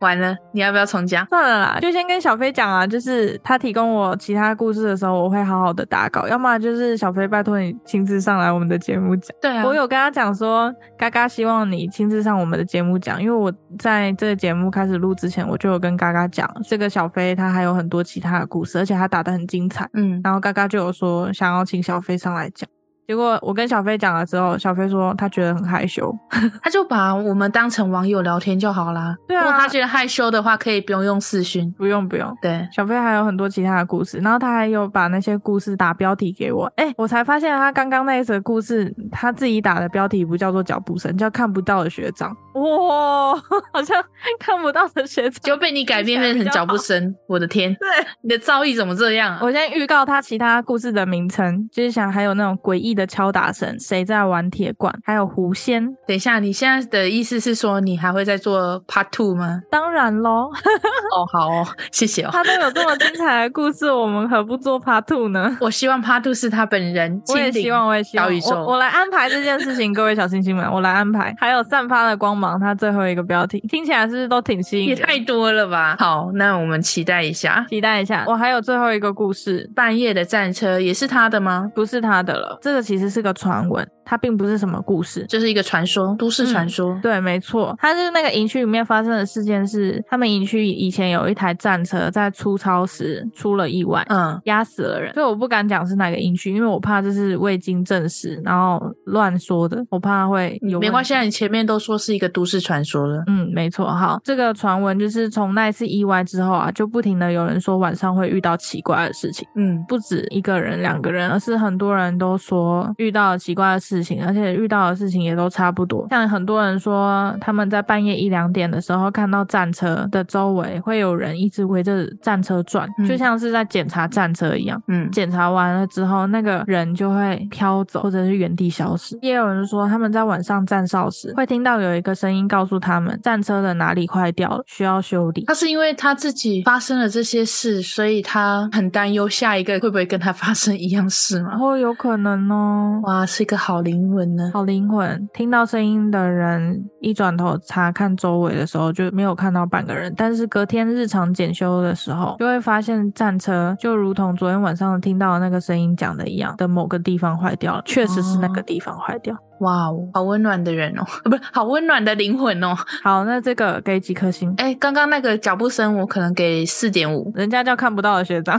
Speaker 2: 完了，你要不要重讲？
Speaker 3: 算了啦，就先跟小飞讲啊，就是他提供我其他故事的时候，我会好好的打稿，要么就是小飞拜托你亲自上来我们的节目讲。
Speaker 2: 对啊，
Speaker 3: 我有跟他讲说，嘎嘎希望你亲自上我们的节目讲，因为我在这个节目开始录之前，我就有跟嘎嘎讲，这个小飞他还有很多其他的故事，而且他打得很精彩。
Speaker 2: 嗯，
Speaker 3: 然后嘎嘎就有说想要请小飞上来讲，结果我跟小飞讲了之后，小飞说他觉得很害羞，
Speaker 2: 他就把我们当成网友聊天就好啦。
Speaker 3: 对啊
Speaker 2: 如果他觉得害羞的话，可以不用用视讯。
Speaker 3: 不用不用，
Speaker 2: 对，
Speaker 3: 小飞还有很多其他的故事，然后他还有把那些故事打标题给我，哎、我才发现他刚刚那一则故事，他自己打的标题不叫做脚步声，叫看不到的学长。哇、好像看不到的学长。
Speaker 2: 就被你改变变成脚步
Speaker 3: (laughs)
Speaker 2: 声，我的天，
Speaker 3: 对
Speaker 2: 你的造诣怎么这样啊？
Speaker 3: 我先预告他其他故事的名称，就是想还有那种诡异的敲打声，谁在玩铁罐，还有狐仙。
Speaker 2: 等一下，你现在的意思是说你还会再做 part two
Speaker 3: (laughs)
Speaker 2: 吗？
Speaker 3: 当然喽，
Speaker 2: 哦，好哦，谢谢
Speaker 3: (laughs)
Speaker 2: 哦。
Speaker 3: 他都有这么精彩的故事，我们何不做 Part Two 呢？
Speaker 2: 我希望 part two 是他本人，
Speaker 3: 我也
Speaker 2: 亲临
Speaker 3: 希望，我也希望，
Speaker 2: 小宇宙
Speaker 3: 我我来安排这件事情，各位小星星们，我来安
Speaker 2: (laughs)
Speaker 3: 排。还有散发的光芒，它最后一个标题听起来是不是都挺吸引
Speaker 2: 也
Speaker 3: 人？
Speaker 2: 太多了吧？好，那我们期待一下。
Speaker 3: 期待一下。我还有最后一个故事，
Speaker 2: 半夜的战车也是他的吗？
Speaker 3: 不是他的了，这个其实是个传闻，它并不是什么故事。
Speaker 2: 这是一个传说，都市传说。
Speaker 3: 嗯对，没错，它是那个营区里面发生的事件是，他们营区以前有一台战车在出超时出了意外，
Speaker 2: 嗯，
Speaker 3: 压死了人，所以我不敢讲是哪个营区，因为我怕这是未经证实，然后乱说的，我怕会有
Speaker 2: 没
Speaker 3: 问
Speaker 2: 关
Speaker 3: 题
Speaker 2: 系，啊，你前面都说是一个都市传说了。
Speaker 3: 嗯，没错，好，这个传闻就是从那一次意外之后啊，就不停的有人说晚上会遇到奇怪的事情，
Speaker 2: 嗯，
Speaker 3: 不止一个人、两个人，而是很多人都说遇到了奇怪的事情，而且遇到的事情也都差不多。像很多人说他们在半夜一两点的时候看到战车的周围会有人一直围着战车转，
Speaker 2: 嗯
Speaker 3: 就像是在检查战车一样。
Speaker 2: 嗯，
Speaker 3: 检查完了之后，那个人就会飘走，或者是原地消失。也有人说，他们在晚上站哨时，会听到有一个声音告诉他们，战车的哪里坏掉了，需要修理。
Speaker 2: 他是因为他自己发生了这些事，所以他很担忧下一个会不会跟他发生一样事
Speaker 3: 然
Speaker 2: 嘛？
Speaker 3: 后有可能哦，哦，
Speaker 2: 哇，是一个好灵魂呢。
Speaker 3: 好灵魂！听到声音的人一转头查看周围的时候，就没有看到半个人。但是隔天日常检修的时候，就会发现战车就如同昨天晚上听到的那个声音讲的一样，的某个地方坏掉了，确实是那个地方坏掉。
Speaker 2: 哇哦，好温暖的人哦，啊不是好温暖的灵魂哦。
Speaker 3: 好，那这个给几颗星？
Speaker 2: 哎，刚刚那个脚步声我可能给四点五。
Speaker 3: 人家叫看不到的学 (laughs) 长，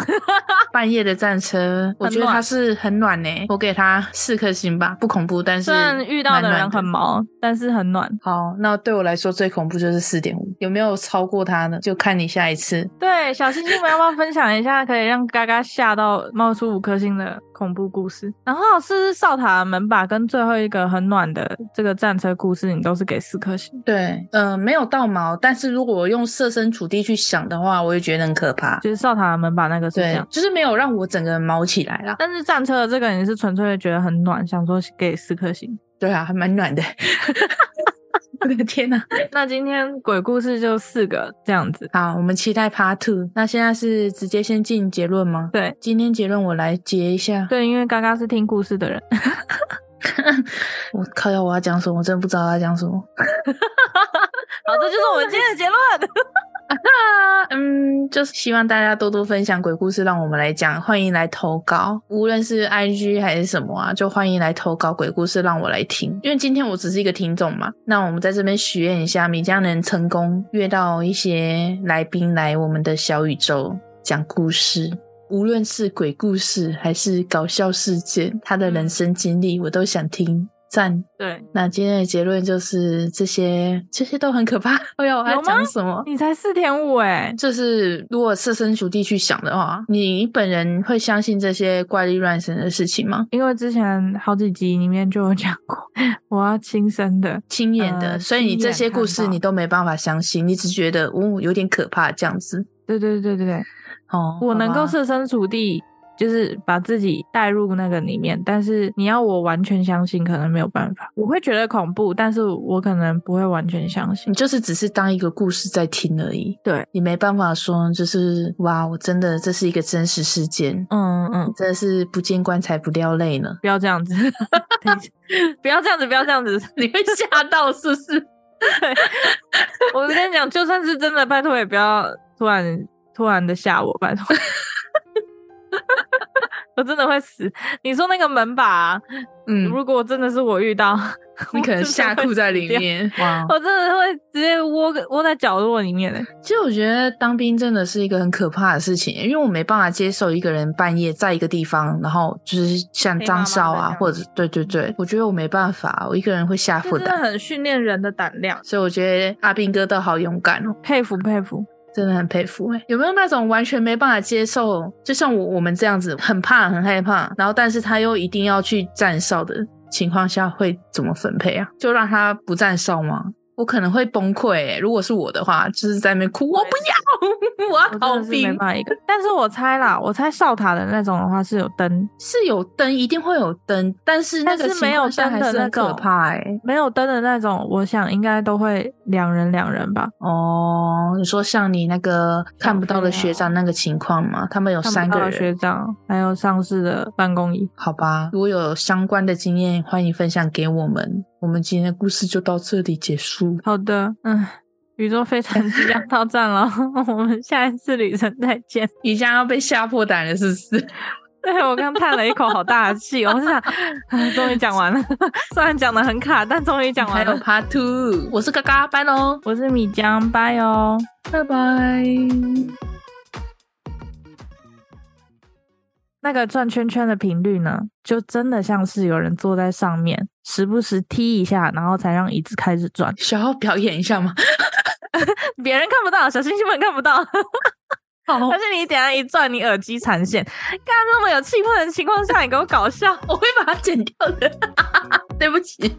Speaker 2: 半夜的战车，我觉得
Speaker 3: 暖
Speaker 2: 它是很暖呢、我给它四颗星吧，不恐怖，但是
Speaker 3: 虽然遇到的
Speaker 2: 蛮
Speaker 3: 人
Speaker 2: 暖
Speaker 3: 很毛，但是很暖。
Speaker 2: 好，那对我来说最恐怖就是四点五，有没有超过它呢？就看你下一次。
Speaker 3: 对，小星星们要不要分享一下可以让嘎嘎吓到冒出五颗星的恐怖故事？然后是哨塔门把跟最后一个很暖的这个战车故事，你都是给四颗星，
Speaker 2: 对，呃，没有到毛，但是如果我用设身处地去想的话，我也觉得很可怕。
Speaker 3: 就是哨塔门把那个是这
Speaker 2: 对
Speaker 3: 样，。
Speaker 2: 就是没有让我整个人毛起来啦。
Speaker 3: 但是战车的这个你是纯粹的觉得很暖，想说给四颗星。
Speaker 2: 对啊，还蛮暖的。 (laughs) 我的天哪、
Speaker 3: (laughs) 那今天鬼故事就四个这样子，
Speaker 2: 好，我们期待 Part Two。那现在是直接先进结论吗？
Speaker 3: 对
Speaker 2: 今天结论我来结一下。
Speaker 3: 对，因为嘎嘎是听故事的人，
Speaker 2: 我靠呀，我要讲什么？我真的不知道要讲什么。
Speaker 3: 好，这就是我们今天的结论。
Speaker 2: 啊，嗯，就是希望大家多多分享鬼故事，让我们来讲。欢迎来投稿，无论是 IG 还是什么啊，就欢迎来投稿鬼故事，让我来听。因为今天我只是一个听众嘛，那我们在这边许愿一下，米将能成功约到一些来宾来我们的小宇宙讲故事。无论是鬼故事还是搞笑事件，他的人生经历我都想听，赞！
Speaker 3: 对，
Speaker 2: 那今天的结论就是这些，这些都很可怕。 (laughs) 哎呀，我还要
Speaker 3: 有吗
Speaker 2: 讲什么？
Speaker 3: (laughs) 你才四点五哎，
Speaker 2: 就是如果设身处地去想的话，你本人会相信这些怪力乱神的事情吗？
Speaker 3: 因为之前好几集里面就有讲过，我要亲身的
Speaker 2: 亲眼的，
Speaker 3: 呃
Speaker 2: 所以你这
Speaker 3: 亲
Speaker 2: 些
Speaker 3: 眼看
Speaker 2: 故事
Speaker 3: 到
Speaker 2: 你都没办法相信，你只觉得哦有点可怕这样子。
Speaker 3: 对对对对对，
Speaker 2: 哦，
Speaker 3: 我能够
Speaker 2: 好吧
Speaker 3: 设身处地，就是把自己带入那个里面，但是你要我完全相信，可能没有办法。我会觉得恐怖，但是我可能不会完全相信
Speaker 2: 你。就是只是当一个故事在听而已。
Speaker 3: 对，
Speaker 2: 你没办法说就是哇，我真的这是一个真实事件，
Speaker 3: 嗯嗯，
Speaker 2: 真的是不见棺材不掉泪呢。
Speaker 3: 不要这样 (laughs) 子，等一下不要这样子，不要这样子。
Speaker 2: (laughs) 你会吓到是不是？
Speaker 3: 我跟你讲，就算是真的，拜托也不要突然突然的吓我，拜托。 (laughs) 我真的会死！你说那个门把啊、
Speaker 2: 嗯，
Speaker 3: 如果真的是我遇 (laughs) 到，
Speaker 2: 你可能吓哭在里
Speaker 3: 面。
Speaker 2: 面。 (laughs) 哇，
Speaker 3: (laughs) 我真的会直接窝个窝在角落里 (laughs) 面的。欸
Speaker 2: 其实我觉得当兵真的是一个很可怕的事情，因为我没办法接受一个人半夜在一个地方，然后就是像
Speaker 3: 黑麻麻
Speaker 2: 张
Speaker 3: 的
Speaker 2: 少啊，
Speaker 3: 这样嗯
Speaker 2: 或者对对对，我觉得我没办法，我一个人会吓
Speaker 3: 这
Speaker 2: 昏
Speaker 3: 真的
Speaker 2: 的。
Speaker 3: 很训练人的胆量，
Speaker 2: 所以我觉得阿兵哥都好勇敢哦，
Speaker 3: 佩服佩服。
Speaker 2: 真的很佩服哎、有没有那种完全没办法接受，就像我我们这样子，很怕很害怕，然后但是他又一定要去站哨的情况下，会怎么分配啊？就让他不站哨吗？我可能会崩溃、欸，如果是我的话，就是在那边哭，我
Speaker 3: 也
Speaker 2: 不要，我 (laughs)
Speaker 3: 我
Speaker 2: 要
Speaker 3: 真
Speaker 2: 逃
Speaker 3: 的是没
Speaker 2: 兵，
Speaker 3: 办法一个，但是我猜啦，我猜哨塔的那种的话是有灯，
Speaker 2: 是有灯，一定会有灯，但是那
Speaker 3: 但
Speaker 2: 个
Speaker 3: 是没有
Speaker 2: 情况下
Speaker 3: 灯的
Speaker 2: 还是
Speaker 3: 那
Speaker 2: 很
Speaker 3: 种
Speaker 2: 可怕哎、
Speaker 3: 没有灯的那种，我想应该都会两人两人吧。
Speaker 2: 哦，你说像你那个看不到的学长那个情况吗？他们有
Speaker 3: 啊看不
Speaker 2: 三
Speaker 3: 到
Speaker 2: 个
Speaker 3: 的学
Speaker 2: 人，
Speaker 3: 长，还有上市的办公椅。
Speaker 2: 好吧。如果有相关的经验，欢迎分享给我们。我们今天的故事就到这里结束。
Speaker 3: 好的，嗯，宇宙飞船即将到站了， (laughs) 我们下一次旅程再见。
Speaker 2: 你将要被吓破胆了，是不是？
Speaker 3: (laughs) 对我刚叹了一口好大的气，我是想，啊终于讲完了。虽然讲的很卡，但终于讲
Speaker 2: 还
Speaker 3: 完
Speaker 2: 有
Speaker 3: 了。
Speaker 2: Part Two，我是嘎嘎，拜喽，
Speaker 3: 我是米江，拜哦。
Speaker 2: 拜拜。
Speaker 3: 那个转圈圈的频率呢，就真的像是有人坐在上面，时不时踢一下，然后才让椅子开始转。
Speaker 2: 想要表演一下吗？
Speaker 3: 别人看不到，小星星们看不
Speaker 2: 哦
Speaker 3: 到，
Speaker 2: (laughs) 好，
Speaker 3: 但是你等一下一转，你耳机缠线。刚刚那么有气氛的情况下，你给我搞笑。
Speaker 2: (laughs) 我会把它剪掉的，对不起。